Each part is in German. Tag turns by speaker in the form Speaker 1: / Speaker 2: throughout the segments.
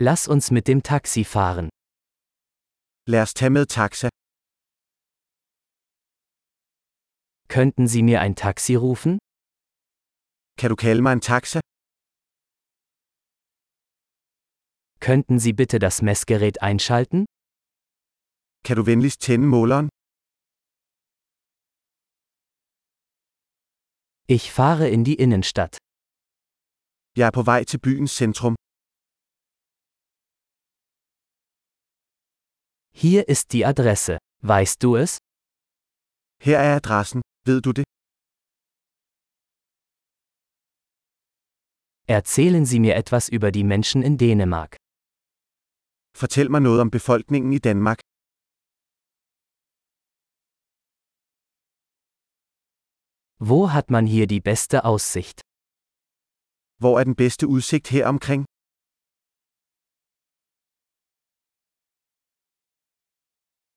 Speaker 1: Lass uns mit dem Taxi fahren.
Speaker 2: Lad os tage med taxa.
Speaker 1: Könnten Sie mir ein Taxi rufen?
Speaker 2: Kan du kalde mig en taxa?
Speaker 1: Könnten Sie bitte das Messgerät einschalten?
Speaker 2: Kan du venligst tænde måleren?
Speaker 1: Ich fahre in die Innenstadt.
Speaker 2: Jeg er på vej til byens centrum.
Speaker 1: Hier ist die Adresse. Weißt du es?
Speaker 2: Her er adressen. Ved du det?
Speaker 1: Erzählen Sie mir etwas über die Menschen in Dänemark.
Speaker 2: Fortæl mig noget om befolkningen i Danmark.
Speaker 1: Wo hat man hier die beste Aussicht?
Speaker 2: Hvor er den bedste udsigt her omkring?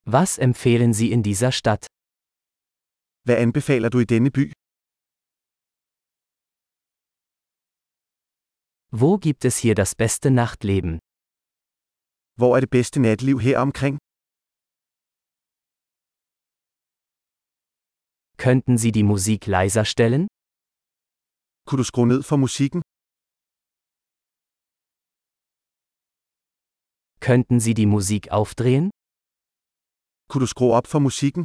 Speaker 1: Was empfehlen Sie in dieser Stadt?
Speaker 2: Hvad anbefaler du i denne by?
Speaker 1: Wo gibt es hier das beste Nachtleben?
Speaker 2: Hvor er det bedste natliv her omkring?
Speaker 1: Könnten Sie die Musik leiser stellen?
Speaker 2: Kunne du skrue ned for musikken?
Speaker 1: Könnten Sie die Musik aufdrehen?
Speaker 2: Kunne du skrue op for musikken?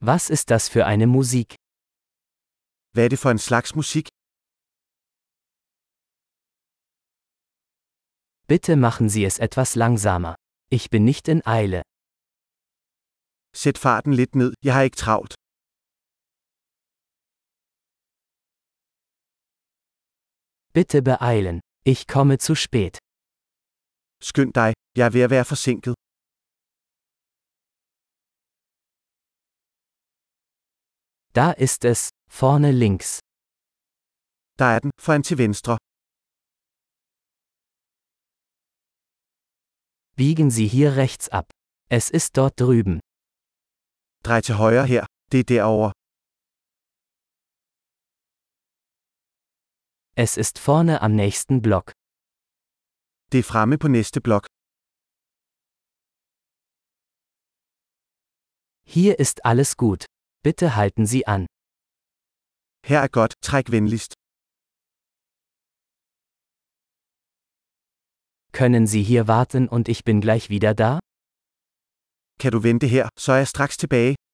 Speaker 1: Was ist das für eine Musik?
Speaker 2: Hvad er det for en slags musik?
Speaker 1: Bitte machen Sie es etwas langsamer. Ich bin nicht in Eile.
Speaker 2: Sæt farten lidt ned, jeg har ikke travlt.
Speaker 1: Bitte beeilen. Ich komme zu spät.
Speaker 2: Skynd dig, jeg er ved at være forsinket.
Speaker 1: Da ist es, vorne links.
Speaker 2: Der er den, foran til venstre.
Speaker 1: Biegen Sie hier rechts ab. Es ist dort drüben.
Speaker 2: Drej til højre her, det er derovre.
Speaker 1: Es ist vorne am nächsten Block.
Speaker 2: Det er fremme på næste blok.
Speaker 1: Hier ist alles gut. Bitte halten Sie an.
Speaker 2: Her er godt, træk venligst.
Speaker 1: Können Sie hier warten und ich bin gleich wieder da?
Speaker 2: Kan du vente her, så er jeg straks tilbage.